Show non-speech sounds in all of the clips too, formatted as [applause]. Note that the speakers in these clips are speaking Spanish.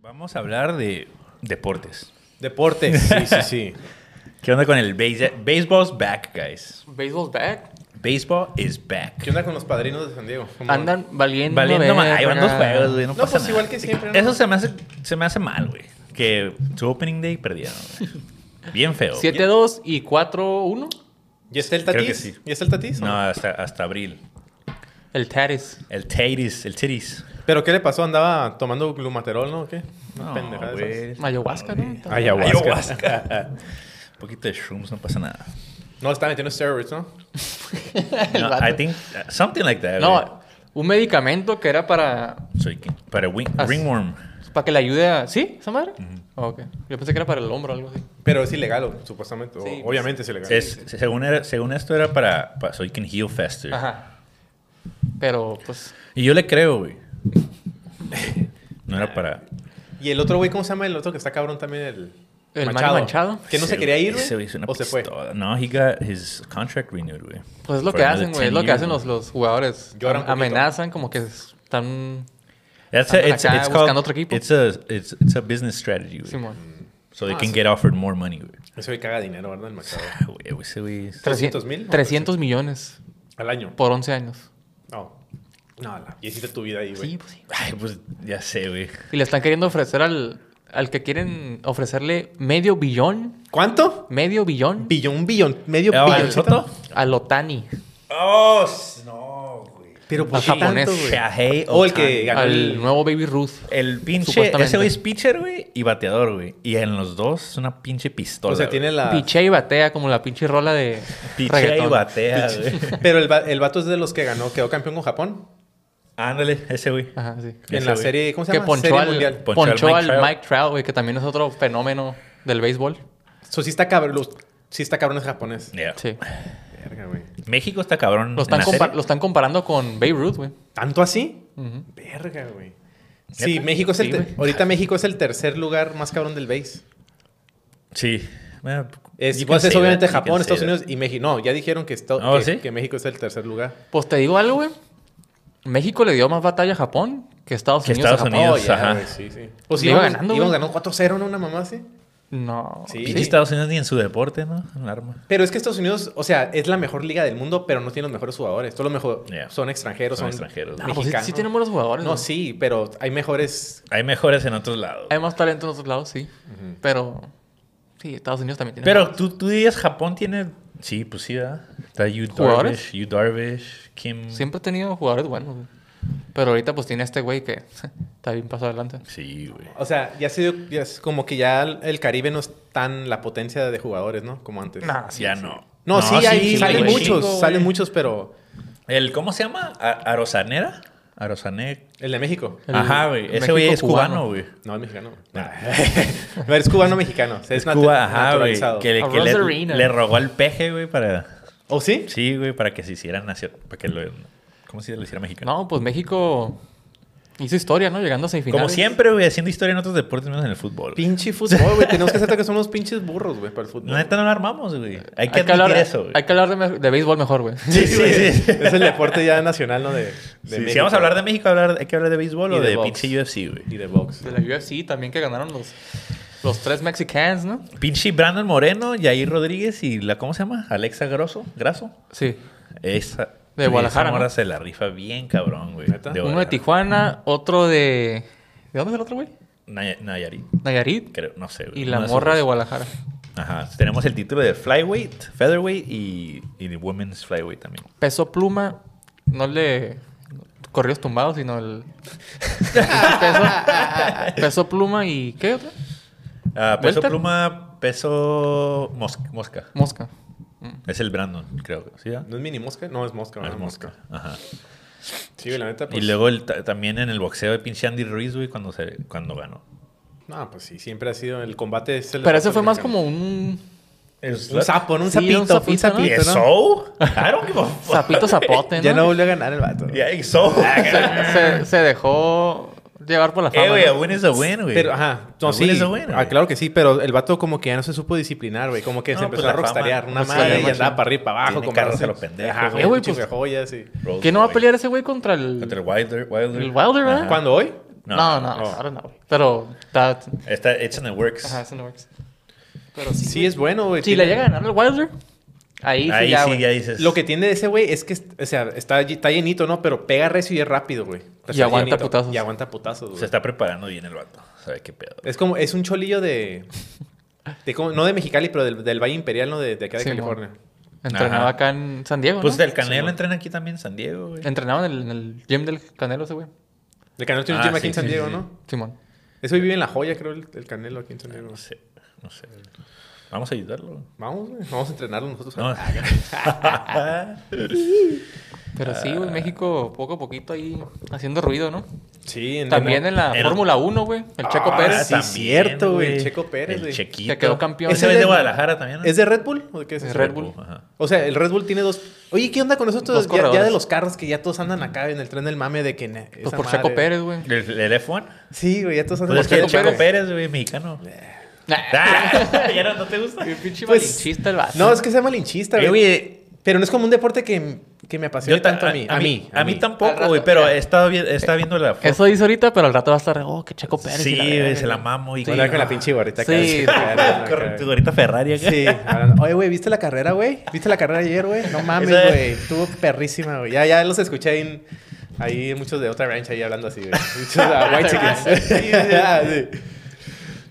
Vamos a hablar de deportes. [laughs] Deportes, sí, sí, sí. ¿Qué onda con el base- baseball's back, guys? Baseball's back. Baseball is back. ¿Qué onda con los padrinos de San Diego? ¿Cómo van? Andan valiendo. Valiendo mal. verga. Ahí van dos juegos, güey. No, No, pasa pues nada. igual que siempre, ¿no? Eso se me hace, se me hace mal, güey. Que su opening day perdieron. güey. Bien feo. 7-2 y 4-1. ¿Y está el Creo Tatís? que sí. ¿Y está el Tatís? o No, hasta, hasta abril. El Tatis. El Tatis, el Tatis. ¿Pero qué le pasó? ¿Andaba tomando glumaterol, no? ¿O qué? No, Pendejada de esas. güey. Ayahuasca, ¿no? Ayahuasca. Un poquito de shrooms, no pasa nada. No, está metiendo steroids, ¿no? [laughs] El No, vato. I think uh, something like that. güey. No, un medicamento que era para, Soy que- para win- As- ringworm. para que le ayude a. ¿Sí? ¿Esa madre? Ok. Yo pensé que era para el hombro o algo así. Pero es ilegal, o- supuestamente. o- Sí, pues, obviamente es ilegal. Es- según, era- según esto era para, para so you can heal faster. Ajá. Pero, pues. Y yo le creo, güey. No era para... ¿Y el otro güey, cómo se llama el otro que está cabrón también? El, El Manny Machado. Que no Ese se quería güey- ir, ese güey es güey. una O se fue. pistola. No, he got his contract renewed, güey. Pues es lo For que another hacen, güey. Es 10 lo que years, hacen los, güey. los jugadores. Lloran Am- poquito. Amenazan como que están. That's andan a, it's, acá it's buscando called- otro equipo. It's a, it's, it's a business strategy, güey. Simón. So they Ah, can sí. get offered more money, güey. Ese güey caga dinero, ¿verdad? El Machado. Ah, güey, ese güey es- 300 mil, ¿no? 300 millones Al año. por 11 años. No. No, la. Y hiciste tu vida ahí, güey. Sí, pues sí. Ay, pues ya sé, güey. Y le están queriendo ofrecer al, al que quieren ofrecerle medio billón. ¿Cuánto? Medio billón. Billón, billón. Medio Ah, billón. ¿el Soto? al Otani. Oh, no, güey. Pero Al ¿por qué japonés. tanto, Pues, güey? Shohei O el Ohtani. que ganó Al el... nuevo Baby Ruth. El pinche, Supuestamente. ese güey es pitcher, güey, y bateador, güey. Y en los dos es una pinche pistola. O sea, tiene la... Pichea y batea como la pinche rola de Piche y reggaetón. batea, güey. [laughs] Pero el, va- el vato es de los que ganó, quedó campeón con Japón. Ándale, ese güey. Ajá, sí. En Ese la güey. serie, ¿cómo se Que llama? ponchó serie al, mundial. Ponchó al ponchó al Mike Trout. Mike Trout, güey, que también es otro fenómeno del béisbol. So, sí está cabrón, los- sí está cabrón es japonés. Yeah. Sí. Verga, güey. México está cabrón. Lo están, en la compa- serie. lo están comparando con Babe Ruth, güey. ¿Tanto así? Ujú. Verga, güey. Sí, ¿Neta? México es el Sí, ter- güey. ahorita México es el tercer lugar más cabrón del base. Sí. Bueno, Es, you pues can es say obviamente that, you Japón, can say Estados Unidos y México. No, ya dijeron que, esto- Oh, que, ¿sí? que México es el tercer lugar. Pues te digo algo, güey. México le dio más batalla a Japón que Estados Que Unidos a Estados Japón. Unidos, Oh, ya, ajá. güey, sí, sí. Pues Le iba íbamos, ganando, íbamos güey. ganando 4-0, ¿no? Una mamá así. No. Sí. Pinche Estados Unidos ni en su deporte, ¿no? Un arma. Pero es que Estados Unidos, o sea, es la mejor liga del mundo, pero no tiene los mejores jugadores. Todos los mejor Yeah. son extranjeros, son, Son extranjeros. No, pues sí, mexicanos. sí tienen buenos jugadores. No, güey. sí, pero hay mejores. Hay mejores en otros lados. Hay más talento en otros lados, sí. Pero. Sí, Estados Unidos también tiene. Pero más. tú, tú dirías Japón tiene... Sí, pues sí, ¿verdad? Está Yu Darvish, ¿Jugadores? Yu Darvish, Kim... Siempre ha tenido jugadores buenos, güey. Pero ahorita, pues tiene este güey que [laughs] está bien pasado adelante. Sí, güey. O sea, ya ha sido ya es como que ya el el Caribe no es tan la potencia de jugadores, ¿no? Como antes. Nah, sí, ya sí. no. No, sí, hay, sí, salen güey. muchos, Chingo, salen güey. muchos, pero El, ¿Cómo se llama? A- ¿Arosanera? ¿Arosané? el de México. El- Ajá, güey. Ese güey México es cubano, cubano. güey. No, el mexicano. [laughs] No, eres cubano mexicano. o sea, es Es nat- Cuba, ajá, güey. naturalizado. Que, le- A que le, Rosarina. le rogó al peje, güey, para... ¿O sí? Sí, güey, para que se hicieran nacional... Para que lo... ¿Cómo se lo hiciera mexicano? No, pues México hizo historia, ¿no? Llegando a semifinales. Como siempre, güey, haciendo historia en otros deportes menos en el fútbol. güey. Pinche fútbol, güey. Tenemos que aceptar que son unos pinches burros, güey, para el fútbol. La neta no la armamos, güey. Hay Hay que que, admitir hablar, eso, güey. hay que hablar de, me- de béisbol mejor, güey. Sí, sí, sí. sí. [laughs] Es el deporte ya nacional, ¿no? De, de Sí, si México. vamos a hablar de México, hablar- hay que hablar de béisbol Y o de de box. pinche UFC, güey. Y de box. [laughs] De la UFC también que ganaron los, los tres Mexicans, ¿no? Pinche Brandon Moreno, Yair Rodríguez y la, ¿cómo se llama? Alexa Grosso, Graso. Sí. Esa. De Guadalajara, Ahora ¿no? se la rifa bien cabrón, güey. ¿Neta? Uno de Tijuana, otro de... ¿De dónde es el otro, güey? Nay- Nayarit, Nayarit creo, no sé. güey. y Uno la esos morra dos. de Guadalajara. Ajá. Tenemos el título de Flyweight, Featherweight y, y de Women's Flyweight también. Peso pluma, no le... Corridos tumbados, sino el... el peso, peso pluma y... ¿Qué otra? Ah, peso ¿Welter? pluma, peso mosca. mosca. Mosca. Es el Brandon, creo. ¿Sí? ah? ¿No es mini mosca? No, es mosca. Ah, es ¿verdad? mosca. Ajá. Pues Sí, güey, la neta, Y pues... luego el ta- también en el boxeo de pinche Andy Ruiz, güey, cuando, se, cuando ganó. No, pues sí, siempre ha sido... El combate es el... Pero ese deporte fue más mexicano. como un... Un sapo, ¿no? Un Sí, sapito, un un sapito, sapito, ¿no? ¿Y ¿no? eso? I don't give a fuck. Ah, Zapito zapote, ¿no? Ya no volvió a ganar el vato. [laughs] ¿no? Yeah, it's [laughs] so. se, se- se dejó llevar por la fama. Eh, güey, ¿no? a win is a win, güey. Pero, ajá, no, A sí. win is a win, ah, güey. claro que sí, pero el vato como que ya no se supo disciplinar, güey. Como que No, se empezó pues, a la fama. rockstarear una Pues, madre sí, y andaba sí. para arriba y para abajo. Tiene con carros barras- a lo pendejo, Ajá, güey. güey, Güey, muchas pues- joyas y... Rolls ¿Quién no va a Royce. pelear ese güey contra el, Contra el Wilder. Wilder. el Wilder, verdad? ¿Cuándo? ¿Hoy? No, no, no. no. ahora no, güey. Pero está. Está hecho en el works. Ajá, eso no works. Pero sí. Sí, es bueno, güey. Si le Tiene- llega a ganar el Wilder, ahí, Ahí sí ya, sí, güey. ya dices. Lo que tiene ese güey es que, o sea, está, está llenito, ¿no? Pero pega recio y es rápido, güey. Pero Y está aguanta llenito. putazos. Y aguanta putazos, güey. Se está preparando bien el vato. Sabe qué pedo. Es como, es un cholillo de... de como- no de Mexicali, pero del, del Valle Imperial, ¿no? De, de acá de Sí, mo. California. Entrenaba Ajá. acá en San Diego. Pues ¿no? el Canelo entrena aquí también en San Diego, güey. Entrenaba en el, en el gym del Canelo ese güey. El Canelo tiene Ah, un gym aquí sí, en San sí, Diego, sí. ¿no? Simón. Eso vive en La Joya, creo, el, el Canelo aquí en San Diego. No sé, no sé. Vamos a ayudarlo. Vamos, güey. Vamos a entrenarlo nosotros. No. [laughs] Pero sí, güey, México poco a poquito ahí haciendo ruido, ¿no? Sí, en También en la en- Fórmula 1, güey. El Checo Ah, Pérez. sí, cierto, güey. Checo Pérez, El güey. Chequito. Que quedó campeón. Ese Es es de el- Guadalajara también. ¿no? ¿Es de Red Bull? ¿O de qué es Es ese? Red Bull. Ajá. O sea, el Red Bull tiene dos. Oye, ¿qué onda con Dos nosotros? Ya, corredores. de los carros que ya todos andan acá en el tren del mame de que. ne- Pues esa por madre- Checo Pérez, güey. ¿El, el F1? Sí, güey, ya todos andan Pues es Pues que acá. el Checo Pérez. Pérez, güey, mexicano. Ah, Ah, ¿Ya no, no te gusta? Qué pinche Pues- malinchista el vato. No, es que sea malinchista, Eh, güey. güey, Pero no es como un deporte que, que me apasiona ta- tanto a mí. A, mí. A mí Al tampoco, rato, güey, pero mira. he estado, vi- he estado viendo la Eso dice ahorita, pero al rato va a estar, oh, que Checo Pérez. Sí, y güey, verga, se la güey. mamo y Sí. Hablar con la pinche gorrita acá. [laughs] Sí. acá, [laughs] Corre tu acá. gorrita Ferrari acá. Sí, hablando- Oye, güey, ¿viste la carrera, güey? ¿Viste la carrera ayer, güey? No mames, Esa- güey. Estuvo perrísima, güey. Ya, ya los escuché ahí, en- ahí muchos de otra ranch ahí hablando así, [laughs] güey. Muchos ah, white chickens. Ah, sí.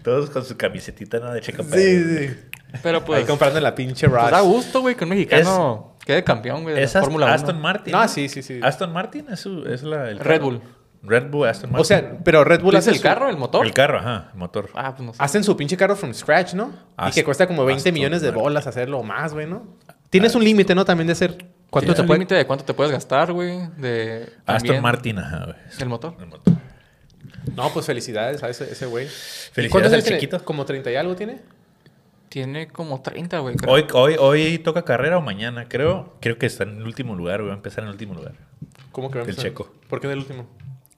Todos con su camisetita ¿no? de Checo Pérez. Sí, sí. Pero ahí pues. Pues comprando la pinche Rush. da gusto, güey, que un mexicano quede campeón, güey, de la Es Ast- Fórmula 1. Aston Martin. No, ¿no? sí, sí, sí. Aston Martin es, su, es la, el Red carro. Bull. Red Bull, Aston Martin. o sea, pero Red Bull ¿Es hace el su- carro, el motor? el carro, ajá, el motor. Ah, pues no sé. Hacen su pinche carro from scratch, ¿no? y Ast- que cuesta como 20 Aston millones de Martin. bolas hacerlo o más, güey, ¿no? Tienes un límite, ¿no? También de hacer. ¿Cuánto ¿Cuánto te el puede? límite de cuánto te puedes gastar, güey? De Aston también Martin, ajá, güey. El motor. El motor. No, pues felicidades a ese ese güey. Felicidades ¿Cuántos al años tiene? chiquito. ¿Como 30 y algo tiene? Tiene como 30, güey. creo. Hoy, hoy, hoy toca carrera o mañana, creo. Creo que está en el último lugar, güey. Va a empezar en el último lugar. ¿Cómo que vamos El a- Checo. ¿Por qué del último?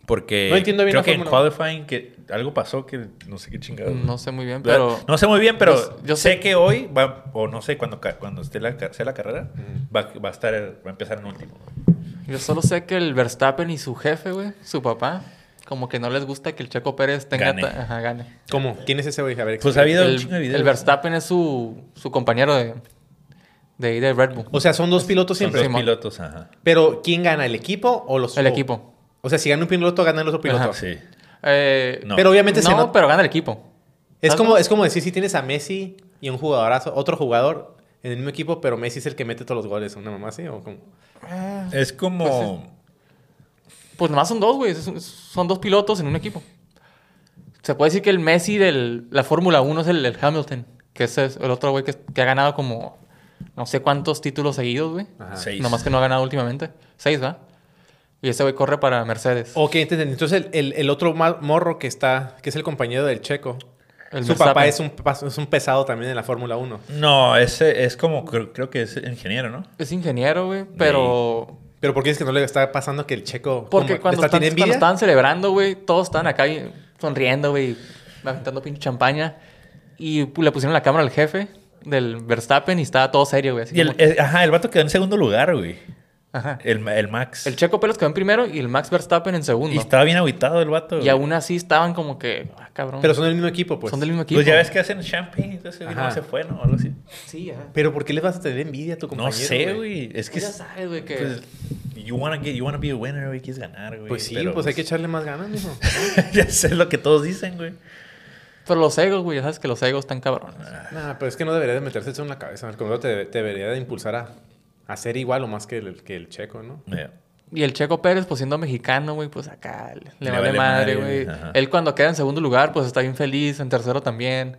Porque No entiendo bien creo la que en fórmula. qualifying que algo pasó que no sé qué chingado. No sé muy bien, pero. no sé muy bien, pero Yo- yo sé, sé- que hoy va, o no sé cuando, ca- cuando esté la, ca- sea la carrera, va, va a estar, va a empezar en último. Yo solo sé que el Verstappen y su jefe, güey, su papá, como que no les gusta que el Checo Pérez tenga. Gane. ta- Ajá, gane. ¿Cómo? ¿Quién es ese güey? A ver, Pues ha explica. habido un El, chingo de el videos. Verstappen es su, su compañero de, de ahí de Red Bull. O sea, son dos pilotos Ah, Son siempre. dos Simón. pilotos, ajá. Pero ¿quién gana? ¿El equipo o los El o- equipo. O sea, si gana un piloto, gana el otro piloto. Ajá. Sí. Eh, No. Pero obviamente no, se nota- pero gana el equipo. Es como, es como decir si tienes a Messi y un jugadorazo, otro jugador en el mismo equipo, pero Messi es el que mete todos los goles. ¿Una mamá así? ¿O cómo? Ah. Es como... Pues nomás son dos, güey. es- es- Son dos pilotos en un equipo. Se puede decir que el Messi de la Fórmula 1 es el, el Hamilton, que ese es el otro güey que, que ha ganado como no sé cuántos títulos seguidos, güey. Ajá. Ah, Seis. Nomás que no ha ganado últimamente. Seis, ¿va? Y ese güey corre para Mercedes. Ok, entendí. Entonces, el, el- el otro ma- morro que está, que es el compañero del Checo, El su Verstappen. papá es un, pas- es un pesado también en la Fórmula 1. No, ese es como, creo, creo que es ingeniero, ¿no? Es ingeniero, güey, pero... Pero ¿por qué es que no le está pasando que el Checo... Porque ¿cómo? cuando, ¿Está- están- tiene cuando envidia? estaban celebrando, güey, todos estaban acá y- sonriendo, güey, aventando pinche champaña. Y pu- le pusieron la cámara al jefe del Verstappen y estaba todo serio, güey. así Y el, como- el- ajá, el vato quedó en segundo lugar, güey. Ajá. El, el Max. El Checo Pérez quedó en primero y el Max Verstappen en y segundo. Y, estaba bien aguitado el vato. güey. aún así estaban como que, ah, cabrón. Pero son del mismo equipo, pues. son del mismo equipo. Pues ya ves que hacen champagne, entonces Ajá. no se fue, ¿no? Algo así. Sí, ajá. Pero ¿por qué le vas a tener envidia a tu compañero? No sé, güey. Es que. ya es- sabes, güey, que... Pues, you wanna, get, you wanna be a winner, güey. Quieres ganar, güey. Pues sí, pero, pues hay que echarle más [laughs] ganas, mijo. ya sé lo que todos dicen, güey. Pero los egos, güey, ya sabes que los egos están cabrones. Nah, pero es que no debería de meterse eso en la cabeza. El comedor te, debe- te debería de impulsar a, a ser igual o más que el, que el checo, ¿no? Mira, Y el Checo Pérez, pues siendo mexicano, güey, pues acá le, le Le vale, vale madre, madre, güey. ajá. Él cuando queda en segundo lugar, pues está bien feliz, en tercero también.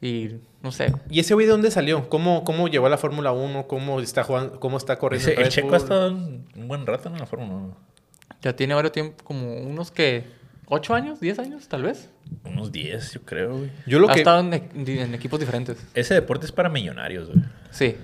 Y no sé. ¿Y ese güey de dónde salió? ¿Cómo, cómo llegó a la Fórmula 1? ¿Cómo está jugando, cómo está corriendo? ese- en el Red checo Bull? ha estado un, un buen rato en la Fórmula 1. Ya tiene varios tiempos, como unos que. ¿Ocho años? ¿Diez años? Tal vez. Unos 10, yo creo, güey. Yo lo ha que estado en, e- en equipos diferentes. Ese deporte es para millonarios, güey. Sí.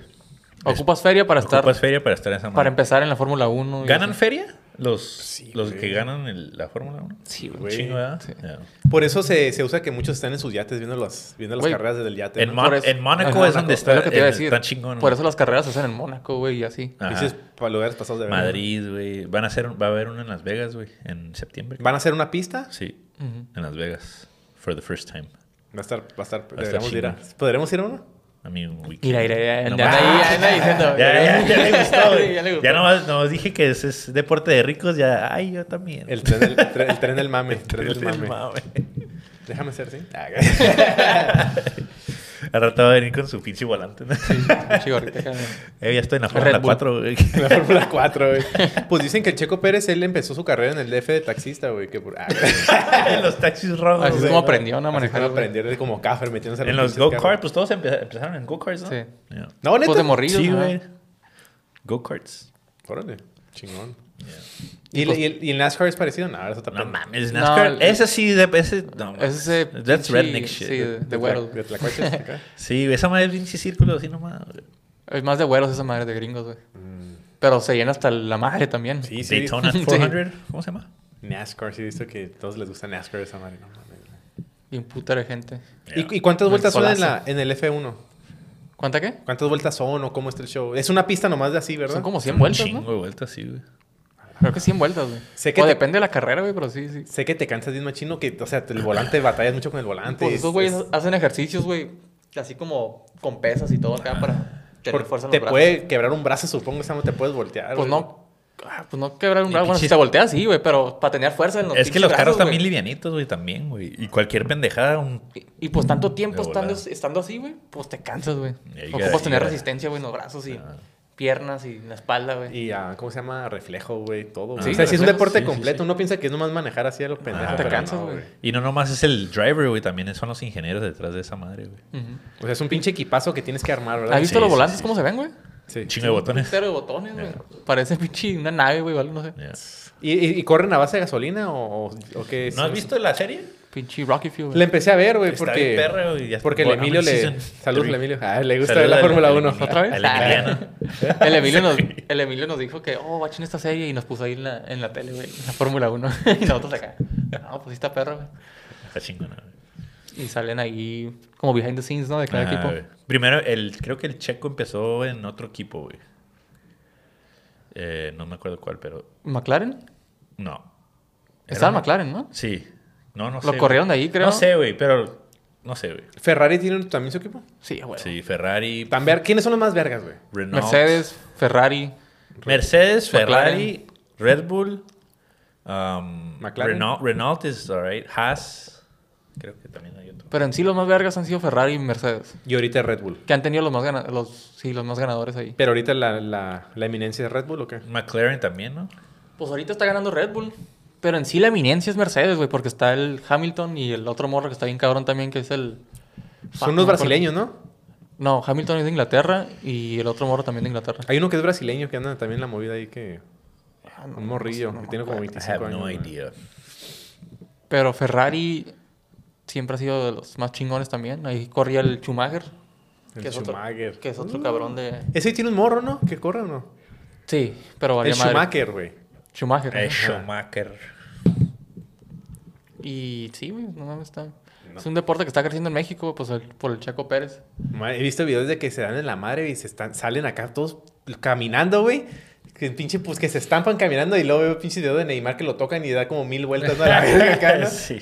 Ocupas feria para estar. Ocupas feria para estar en esa Para madre. empezar en la Fórmula 1. y ¿Ganan así. feria? Los, los güey. que ganan el- la Fórmula 1. Sí, Un güey. chingo, ¿verdad? Sí. Yeah. por eso se, se usa que muchos están en sus yates viendo las viendo las Güey, carreras desde el yate. En, ¿no? Mon- Por eso- en Mónaco Ajá, es donde Mónaco. está. Es lo que te iba a el- decir. Está chingón. Por güey. eso las carreras se hacen en Mónaco, güey, y [laughs] así. Ajá. Dices, para lugares pasados de verga. Madrid, güey. Van a hacer, va a haber uno en Las Vegas, güey, en septiembre. ¿Van a hacer una pista? Sí. Ujú. en Las Vegas. For the first time. Va a estar, va a estar. a estar deberíamos ir a. ¿Podremos ir a uno? I mean, we Mira, can- mira, mira. No anda más. ahí, anda diciendo. Ya, ya, ya le gustó. güey. Ya le gustó. ya nomás, nomás dije que ese es deporte de ricos. Ya, ay, yo también. [laughs] El tren del, tre- el tren del mame. el tren del El mame. mame. Déjame ser, ¿sí? [laughs] [laughs] Al rato va a venir con su pinche volante. ¿no? Chico, ahorita acá, [laughs] Eh, ya estoy en la Red Fórmula Bull. 4, güey. [laughs] La Fórmula 4, güey. Pues dicen que el Checo Pérez, él empezó su carrera en el DF de taxista, güey. Que por... ah, güey. en los taxis rojos. Así es güey. como aprendió ¿no? a Así manejar. como güey. aprender de como Caffer metiéndose a En los pinches go-karts, carros. pues todos empe- empezaron en go-karts, ¿no? Sí. Yeah. No, Pues de neta. morrillos. Sí, ajá. güey. Go-karts. Órale, chingón. Yeah. ¿Y, el- y, el- y el NASCAR es parecido? No, eso está No pen- mames, No, NASCAR. el- ese sí, de, ese. No, mames. Ese That's pinche- redneck shit. Sí, güey. de, de tla- güero. de tlacuaches acá. [laughs] Sí, güey, esa madre es pinche círculo así nomás. güey. Es más de güeros esa madre de gringos, güey. Pero se llena hasta la madre también. Mm, Sí, sí. Daytona Sí. 400, ¿cómo se llama? [laughs] NASCAR, sí, he visto que todos les gusta NASCAR esa madre. No, mames. Y un puta de gente. Yeah. ¿Y, y cuántas El vueltas son en, la, solazo. en el F1? ¿Cuánta qué? ¿Cuántas vueltas son o cómo está el show? Es una pista nomás de así, ¿verdad? Son como 100 Un vueltas, chingo ¿no? de vueltas, sí, güey. Creo que 100 vueltas, güey. Sé que o te- depende de la carrera, güey, pero sí, sí. Sé que te cansas bien machino que, o sea, el volante batallas mucho con el volante. Pues es- esos güeyes es- hacen ejercicios, güey, así como con pesas y todo acá para que por- refuerzan te los brazos. puede quebrar un brazo, supongo, esa madre, te puedes voltear. Pues güey. no, ah, pues no quebrar un Y brazo. Bueno, si pinches- te volteas, sí, güey, pero para tener fuerza en los Es que pinches los carros brazos, güey. también livianitos, güey, también, güey. Y cualquier pendejada, un Y, y, pues tanto tiempo De estando, volada. estando así, güey, pues te cansas, güey. Y ahí queda- Ocupas tener y- resistencia, güey, en los brazos y Ah. piernas y en la espalda, güey. Y, ah, ¿cómo se llama? Reflejo, güey, todo. güey. Sí, o sea, si es un reflejos, deporte sí, sí, completo, sí. uno piensa que es nomás manejar así a los pendejos. te pero cansas, no, güey. Y Ah, no nomás es el driver, güey, también son los ingenieros detrás de esa madre, güey. Ujú. O sea, es un pinche equipazo que tienes que armar, ¿verdad? ¿Has visto Sí, los sí, volantes sí. cómo se ven, güey? Sí. Chingo de botones. Cero de botones, güey. Eh. Parece pinche una nave, güey, ¿vale? No sé. Yeah. ¿Y, y, y corren a base de gasolina o, o- o qué? es? ¿No has visto la serie? Pinche Rocky Fuel, Le empecé a ver, güey, Está bien porque... perra, güey, ya- porque el Bueno, Emilio I'm in le... season Saludos, three. el Emilio. Ah, le gusta Saluda ver la al- Fórmula al 1. Emilio. ¿Otra vez? Ah. Al Emiliano. El Emilio, nos, el Emilio nos dijo que, oh, watchen esta serie y nos puso ahí en la, en la tele, güey, en la Fórmula 1. [laughs] y nosotros acá, no, pues sí está perro, güey. Está chingona, güey. Y salen ahí como behind the scenes, ¿no? De cada Ajá, equipo. Ah, güey. Primero, el, creo que el checo empezó en otro equipo, güey. Eh, no me acuerdo cuál, pero ¿McLaren? no. Estaba Era- McLaren, ¿no? Sí. No, no sé. Lo güey. corrieron de ahí, creo. No sé, güey, pero no sé, güey. ¿Ferrari tiene también su equipo? Sí, güey. Sí, Ferrari, Tan ver- ¿Quiénes son los más vergas, güey? Renault, Mercedes, Ferrari. Mercedes, McLaren. Ferrari, Red Bull, um, McLaren. Renault, Renault is alright, Haas, creo que también hay otro. Pero en sí los más vergas han sido Ferrari y Mercedes. Y ahorita Red Bull. Que han tenido los más, gana- los, sí, los más ganadores ahí. ¿Pero ahorita la, la, la eminencia es Red Bull o qué? McLaren también, ¿no? Pues ahorita está ganando Red Bull. Pero en sí la eminencia es Mercedes, güey, porque está el Hamilton y el otro morro que está bien cabrón también, que es el... Son unos No, brasileños, ¿no? No, Hamilton es de Inglaterra y el otro morro también de Inglaterra. Hay uno que es brasileño que anda también en la movida ahí que... Ah, un morrillo que tiene como I 25 have años. no güey. idea. Pero Ferrari siempre ha sido de los más chingones también. Ahí corría el Schumacher. El que es otro- Schumacher. Mm. que es otro cabrón de... Ese tiene un morro, ¿no? Que corre o no. Sí, pero valía el madre. Schumacher, güey. Schumacher. Eh, ¿no? Schumacher. [laughs] Y sí, güey, no mames, está... Es un deporte que está creciendo en México, pues el- por el Chaco Pérez. Ma- He visto videos de que se dan en la madre y se están, salen acá todos caminando, güey. Que pinche, pues que se estampan caminando y luego veo pinche video de Neymar que lo tocan y da como mil vueltas. ¿no? A la verga acá, ¿no? [laughs] sí.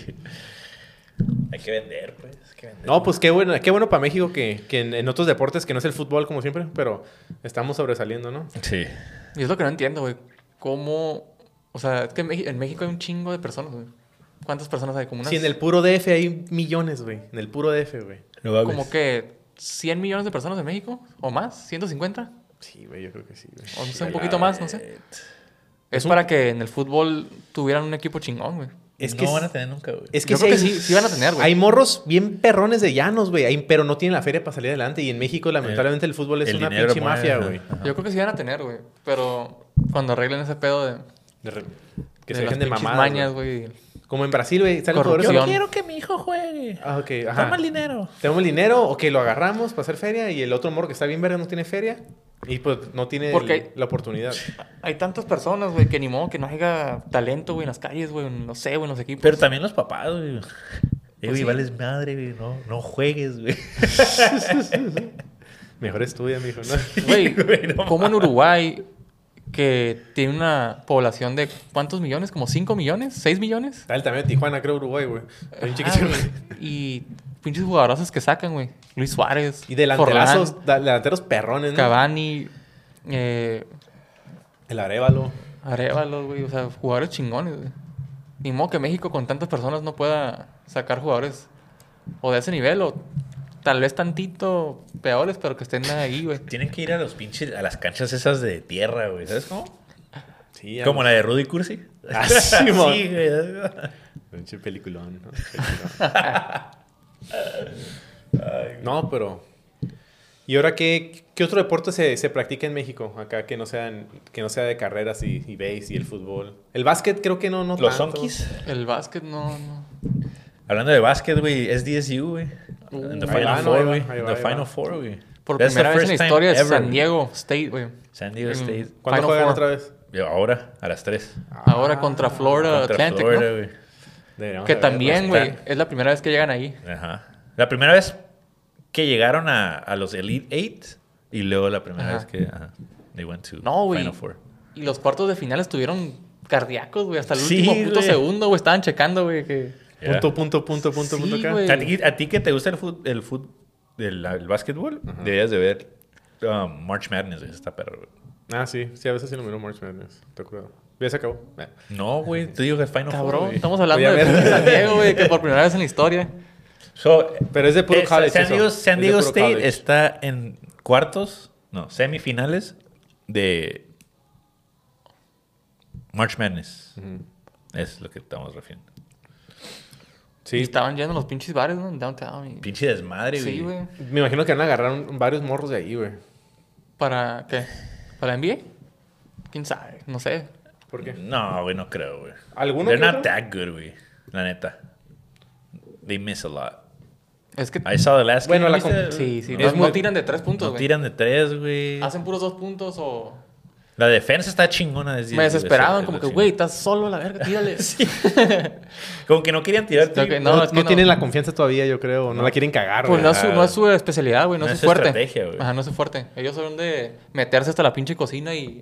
Hay que vender, pues. hay que vender. No, pues qué bueno, qué bueno para México que, que en, en otros deportes, que no es el fútbol como siempre, pero estamos sobresaliendo, ¿no? Sí. Y es lo que no entiendo, güey. ¿Cómo...? O sea, es que en Mex- en México hay un chingo de personas, güey. ¿Cuántas personas hay? Como unas... Sí, en el puro DF hay millones, güey. En el puro DF, güey. como que 100 millones de personas en México o más, 150. Sí, güey, yo creo que sí, güey. O no sé, un poquito más, no eh, sé. Es para que en el fútbol tuvieran un equipo chingón, güey. Es Es que que no van es- a tener nunca, güey. Es que, Yo sí, creo que hay- sí, sí van a tener, güey. Hay morros bien perrones de llanos, güey, ahí- pero no tienen la feria para salir adelante. Y en México, lamentablemente, el fútbol es el una dinero pinche mueve, mafia, ajá. güey. Yo creo que sí van a tener, güey. Pero cuando arreglen ese pedo de... De re- Que de se dejen las de pinches mamadas. mañas, güey. güey. Como en Brasil, güey, salen Corrupción. jugadores. Yo quiero que mi hijo juegue. Ah, ok, ajá. Toma el dinero. Tenemos el dinero o que lo agarramos para hacer feria y el otro morro que está bien verga no tiene feria y pues no tiene Porque- el- la [laughs] oportunidad. Hay tantas personas, güey, que ni modo que no haya talento, güey, en las calles, güey. No sé, güey, en los equipos. Pero también los papás, güey. Eh, güey, sí. vales madre, güey. No, no juegues, güey. Mejor estudia, mijo, ¿no? [laughs] Güey, güey, no como en Uruguay, que tiene una población de ¿cuántos millones? ¿Como 5 millones? ¿6 millones? Está el tamaño de Tijuana, creo, Uruguay, güey. Está bien Ajá, chiquito. Ah, güey. Y pinches jugadorazos que sacan, güey. Luis Suárez. Y delanterazos. delanterazos, da- delanteros perrones, ¿no? Cavani. Eh, El Arevalo. Arevalo, güey. O sea, jugadores chingones, güey. Ni modo que México con tantas personas no pueda sacar jugadores o de ese nivel o tal vez tantito peores, pero que estén ahí, güey. [laughs] Tienen que ir a los pinches, a las canchas esas de tierra, güey. ¿Sabes cómo? Sí, Como la de Rudy Cursi. Ah, [laughs] Simón. sí, güey. Pinche peliculón. ¿no? Peliculón. No, pero. ¿Y ahora qué, qué otro deporte se, se practica en México? Acá que no sean, que no sea de carreras y, y base y el fútbol. El básquet creo que no, no Los tanto. Sonkis. El básquet no, no. Hablando de básquet, güey, es DSU, güey. Uh, En the ahí Final va, no, ahí Four, va, güey. ahí En va, the ahí va. Final Four, güey. Por That's the primera first vez en la time historia de ever, San güey. Diego State, güey. San Diego Mm. State. ¿Cuándo Final juegan Four. otra vez? Y Ahora, a las 3. Ahora contra Florida Ah, Contra Atlantic, ¿no? Florida, güey. Deberíamos Que de verlo. también, está. güey, es la primera vez que llegan ahí. Ajá. La primera vez que llegaron a, a los Elite Eight y luego la primera Ajá. vez que ajá, they went to No, güey. Final Four. Y los cuartos de final estuvieron cardíacos, güey. Hasta el Sí, último puto güey. segundo, güey. Estaban checando, güey. Que... Yeah. Punto, punto, punto, punto, Sí, punto acá. güey. ¿A ti, a ti que te gusta el fut, el, fut, el, el básquetbol, deberías de ver um, March Madness. güey, Está perro, güey. Ah, sí. Sí, a veces sí lo miro March Madness. Te acuerdo. Ya se acabó. Eh. No, güey. Te digo que Final Four, Cabrón, güey. estamos hablando Voy a de ver. San Diego, güey. Que [laughs] por primera vez en la historia. So, Pero es de puro eh, college San eso. Diego, Es San de Diego puro State college. está en cuartos, no, semifinales de March Madness. Es lo que estamos refiriendo. Y Sí. estaban yendo a los pinches bares, ¿no? En downtown. y- Pinche desmadre, güey. Sí, güey. Me imagino que van a agarrar un- varios morros de ahí, güey. ¿Para qué? ¿Para la NBA? ¿Quién sabe? No sé. ¿Por qué? No, güey, no creo, güey. ¿Alguno They're que not otro? that good, güey. La neta. They miss a lot. Es que... I saw the last Bueno, game, la ¿viste? con- Sí, sí. No, No, Es muy- no tiran de tres puntos, no güey. tiran de tres, güey. Hacen puros dos puntos o... La defensa está chingona. desde- Me desesperaban, desde- como que, desde- güey, estás solo a la verga, [laughs] tírale. Como que no querían tirar. Creo que tri- No, No, es que no no. tienen la confianza todavía, yo creo. No la quieren cagar, Pues güey. no es, su, no es su especialidad, güey. No, No es es su su fuerte. estrategia, güey. Ajá, no es su fuerte. Ellos son de meterse hasta la pinche cocina y.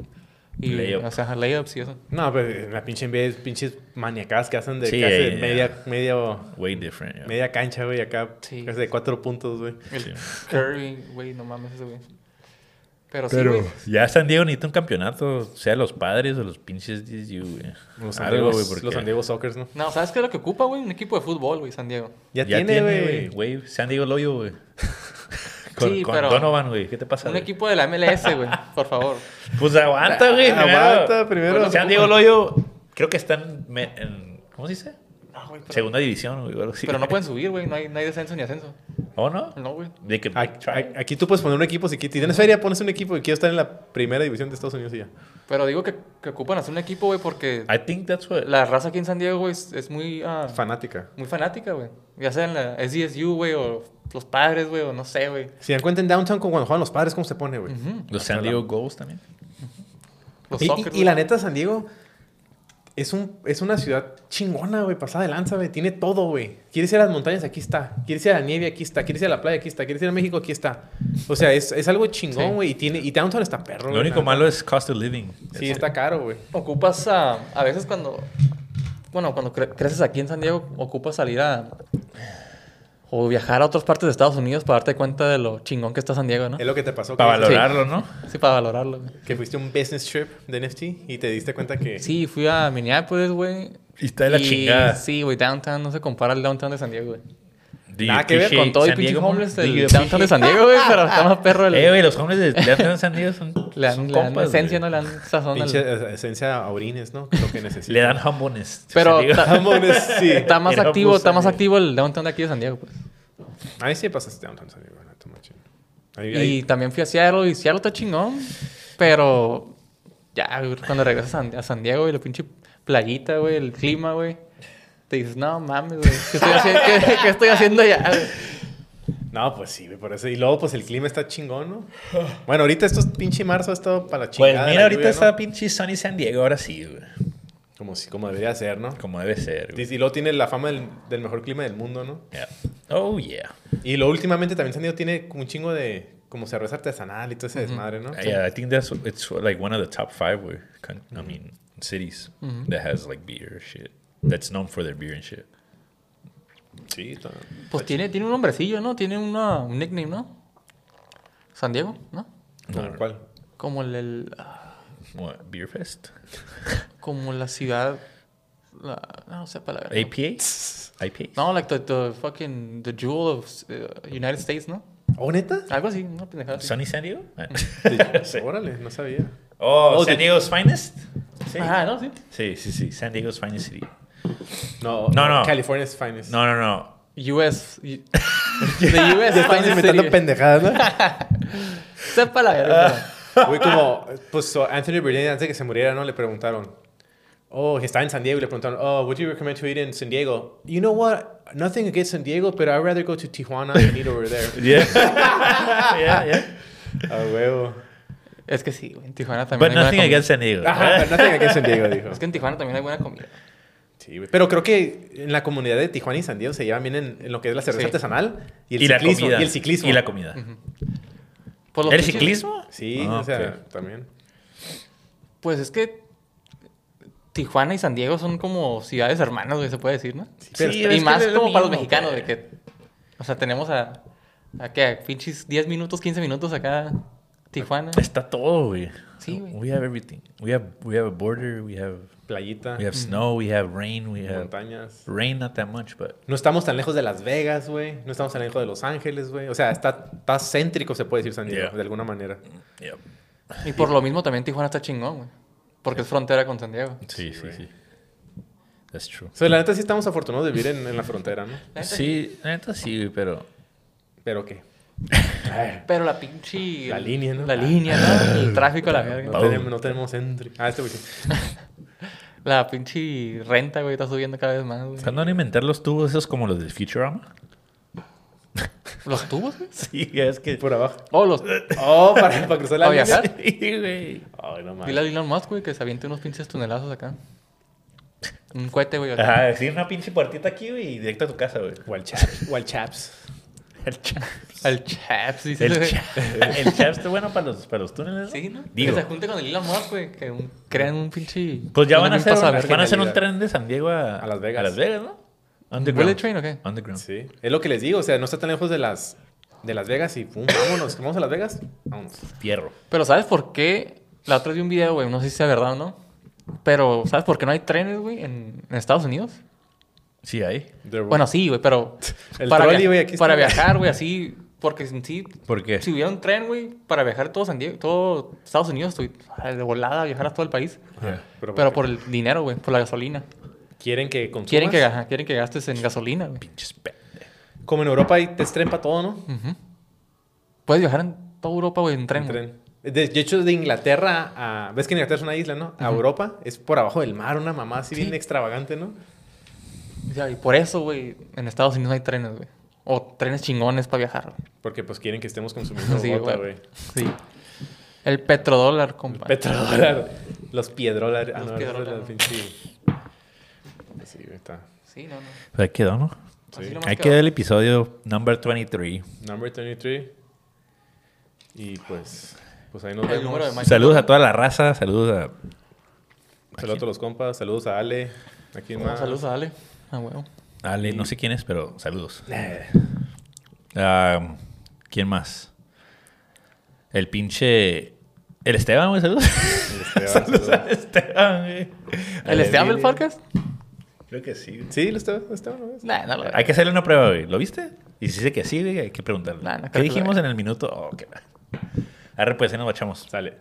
y Layup. O sea, ajá, layups y eso. No, pero en la pinche NBA es pinches maniacadas que hacen de Sí, casi eh, eh. media, media, Way different, yeah. media cancha, güey, acá Sí. casi de cuatro puntos, güey. El Sí. Curry, güey, no mames ese, güey. Pero, sí, güey. Ya San Diego necesita un campeonato, sea los padres o los pinches DSU, güey. Los San Diego, Algo, güey, porque los San Diego Sockers, ¿no? No, ¿sabes qué es lo que ocupa, güey? Un equipo de fútbol, güey, San Diego. Ya, tiene, güey. güey. San Diego Loyo, [laughs] güey. con, Sí, con pero- Donovan, güey. ¿Qué te pasa, Un güey? equipo de la [laughs] MLS, güey, por favor. Pues aguanta, güey. Ah, aguanta, primero. Bueno, San Diego Loyo, creo que están me- en... ¿Cómo se dice? No, güey, pero, Segunda división, güey. o algo así. pero no pueden subir, güey. No hay, no hay descenso ni ascenso. ¿O no? No, güey. They could A- try. a- Aquí tú puedes poner un equipo, si qui- tienes feria, pones un equipo y quiero estar en la primera división de Estados Unidos y ya. Pero digo que, que ocupan hacer un equipo, güey, porque I think that's what... la raza aquí en San Diego, güey, es, es muy. ah, Fanática. Muy fanática, güey. Ya sea en la SDSU, güey, o los padres, güey, o no sé, güey. Si dan cuenta en Downtown con cuando juegan los padres, ¿cómo se pone, güey? Los San Diego Goals también. Los Y, y- soccer, y la neta, San Diego es, un, es una ciudad chingona, güey, pasada de lanza, güey. Tiene todo, güey. Quieres ir a las montañas, aquí está. Quieres ir a la nieve, aquí está. Quieres ir a la playa, aquí está. Quieres ir a México, aquí está. O sea, es, es algo Sí. chingón, güey. Y tiene y Downtown está perro, Lo güey, único la malo es cost of living. neta. Sí, está caro, güey. Ocupas a, a veces cuando. Bueno, cuando cre- creces aquí en San Diego, ocupas salir a. O viajar a otras partes de Estados Unidos para darte cuenta de lo chingón que está San Diego, ¿no? Es lo que te pasó. Para que, valor- valorarlo, ¿no? Sí, para valorarlo, güey. que fuiste a un business trip de NFT y te diste cuenta que... Sí, fui a Minneapolis, güey. Y está de la Y chingada. Sí, güey, downtown no se compara al downtown de San Diego, güey. Do you Nada que ver appreciate Con todo y San pinche Diego, man? homeless, Do el you downtown de San Diego, güey, pero está más perro [laughs] el. Eh, güey, los [laughs] hombres de Downtown San Diego son, le dan, son le dan compas, esencia, güey. no le dan sazón. al- Pinche eh, esencia a orines, ¿no? [laughs] Lo que necesitas. Le dan humbones. Pero San Diego. ta- Jamones, sí. [laughs] Está más Era un activo, bus está más también. activo el downtown de aquí de San Diego, pues. Ahí sí pasaste Downtown San Diego, la neta, más chido. Ahí- Y ahí- también fui a Seattle y Seattle está chingón. Pero ya, güey, cuando regresas a San, a San Diego, güey, la pinche playita, güey, el clima, güey. Te dices, no mames, güey, ¿qué estoy haciendo, qué- qué estoy haciendo allá? güey?" No, pues sí, güey, por eso. Y luego, pues el clima está [laughs] chingón, ¿no? Bueno, ahorita estos pinche marzo ha estado para [laughs] la Pues chingada. mira, la ahorita lluvia, está ¿no? pinche Sunny San Diego, ahora sí, güey. Como, si, como debería ser, ¿no? Como debe ser, Y, güey. y luego tiene la fama del, del mejor clima del mundo, ¿no? Yeah. Oh, yeah. Y luego últimamente también San Diego tiene un chingo de. como como cerveza artesanal y todo ese desmadre, ¿no? Yeah, I think that's it's like one of the top five. Where con- I Mm-hmm. mean, cities that has like beer shit that's known for their beer and shit. Sí, está- Pues tiene, tiene un nombrecillo, ¿no? Tiene una, un nickname, ¿no? San Diego, ¿no? ¿Como cuál? Como el, el- ah, What beer [laughs] fest? como la ciudad la- no sé palabra. ¿no? APA? [laughs] IPA? No, like the, the fucking the jewel of uh, United States, ¿no? ¿Oh, neta? Algo así, no pendejada. así. Sunny San Diego? [laughs] [laughs] Sí. Órale, no sabía. oh, Oh, San the- Diego's finest? Sí. Ajá, no, sí. sí, sí, sí. San Diego's finest city. No, No, no. California's finest. No, no, [laughs] no. US [laughs] y- The US Ya estamos inventando pendejadas, ¿no? Sepa la Ah. verga. Güey, como, pues so, Anthony Bourdain antes de que se muriera, ¿no? Le preguntaron, oh, que estaba en San Diego, y le preguntaron, oh, what do you recommend to eat in San Diego? You know what? Nothing against San Diego, but I'd rather go to Tijuana and eat over there. [laughs] Yeah. yeah, yeah. A huevo. Es que sí, güey, en Tijuana también But hay buena nothing comida. against San Diego. Ajá, but nothing against San Diego, dijo. Es que en Tijuana también hay buena comida. Sí, güey. Pero creo que en la comunidad de Tijuana y San Diego se llevan bien en, en lo que es la cerveza Sí. artesanal y [laughs] el, y, la ciclismo, comida, y el ciclismo. Mm-hmm. Y la comida. Pues los ¿El pinches- ciclismo? Sí, Ah, o sea, ok. también. Pues es que Tijuana y San Diego son como ciudades hermanas, güey, se puede decir, ¿no? Pero Sí, está- es y que más es lo como para los mismo, mexicanos, de güey. que. O sea, tenemos a. ¿A qué? A pinches 10 minutos, 15 minutos acá. Tijuana. Está todo, güey. Sí, güey. We have everything. We have we have a border, we have Playita, we have snow, we have rain, we have montañas. rain not that much, but No estamos tan lejos de Las Vegas, güey. No estamos tan lejos de Los Ángeles, güey. O sea, está, está céntrico, se puede decir San Diego, Yeah. de alguna manera. yeah. Y por lo mismo también Tijuana está chingón, güey. Porque es frontera con San Diego. Sí, sí, güey. sí. That's true. O sea, la neta sí estamos afortunados de vivir en, en la frontera, ¿no? La neta Sí, la neta sí, güey, pero Pero qué. Ay, Pero la pinche. La línea, ¿no? La línea, Ah. ¿no? El [laughs] tráfico, la verga. no, tenemos, no tenemos entry. Ah, este güey. sí. La pinche renta, güey, está subiendo cada vez más, güey. ¿cuándo van a inventar los tubos esos como los de Futurama? ¿Los tubos, güey? Sí, es que Por abajo. Oh, los. Oh, para, para cruzar la ¿Para línea. viajar? [laughs] [laughs] Sí, güey. Ay, no Dile a mames. Elon Musk, güey, que se aviente unos pinches tunelazos acá. Un cohete, güey. acá. Ajá, sí, una pinche puertita aquí, güey, y directo a tu casa, güey. O [laughs] al Chaps. O al Chaps. El chap. El Chaps, dice. El [laughs] güey. chap. El chap está bueno para los, para los túneles. Sí, ¿no? Digo. Que se junte con el Elon Musk, güey. Que un- crean un pinche... Pues ya un van a, hacer, paso un- verga. van a hacer un genialidad. tren de San Diego a, A Las Vegas. A Las Vegas, ¿no? ¿Bullet train o qué? Underground. Sí. Es lo que les digo. O sea, no está tan lejos de las, de las Vegas y pum, vámonos. ¿Vamos a Las Vegas? Vámonos. Fierro. Pero ¿sabes por qué? La otra vez vi un video, güey. No sé si sea verdad o no. Pero ¿sabes por qué no hay trenes, güey, en, en Estados Unidos? Sí, ahí. Bueno, sí, güey, pero... El para trolley, via- güey, aquí Para está. viajar, güey, así... Porque en sí... ¿Por qué? Si hubiera un tren, güey, para viajar todo San Diego, todo Estados Unidos, estoy ah, de volada, viajar a todo el país. Yeah. Pero por el dinero, güey, por la gasolina. Quieren que consumas. Quieren que, ajá, quieren que gastes en gasolina, güey. Pinches pendejos. Como en Europa hay te estrepa todo, ¿no? Puedes viajar en toda Europa, güey, en tren. En güey. tren. De, de hecho, de Inglaterra a. ¿Ves que Inglaterra es una isla, no? A Europa es por abajo del mar, una mamá así bien Sí. extravagante, ¿no? O sea, y por eso, güey, en Estados Unidos no hay trenes, güey. O trenes chingones para viajar. [laughs] güey. Porque pues quieren que estemos consumiendo [laughs] Sí, bota, güey. güey. Sí. El petrodólar, compa. Petrodólar. Los piedrólares. Ah, Los no, piedrólares. los- Sí, Sí, güey, está. sí, no, no. Pues Ahí quedó, ¿no? Así nomás Ahí quedó. quedó el episodio number 23. Number 23. Y pues. Pues ahí nos El número de vemos. Mike. Saludos a toda la raza. Saludos Saludos a todos los compas. Saludos a Ale. Aquí más. [laughs] Saludos a Ale. Ah, huevo. a Ale. No sé quién es, pero saludos. Eh, Ah, ¿Quién más? El pinche... El Esteban, güey. Saludos. [laughs] Esteban, [laughs] saludos saludos. al Esteban, güey. ¿El Esteban del podcast? Creo que sí, güey. Sí, lo está, lo está, ¿no? Nah, no lo Hay que hacerle una prueba, güey. ¿Lo viste? Y si dice que sí, güey, hay que preguntarle. Nah, no creo ¿Qué que lo dijimos haga. en el minuto? Oh, qué la- Arre, pues, ahí nos bachamos. Sale.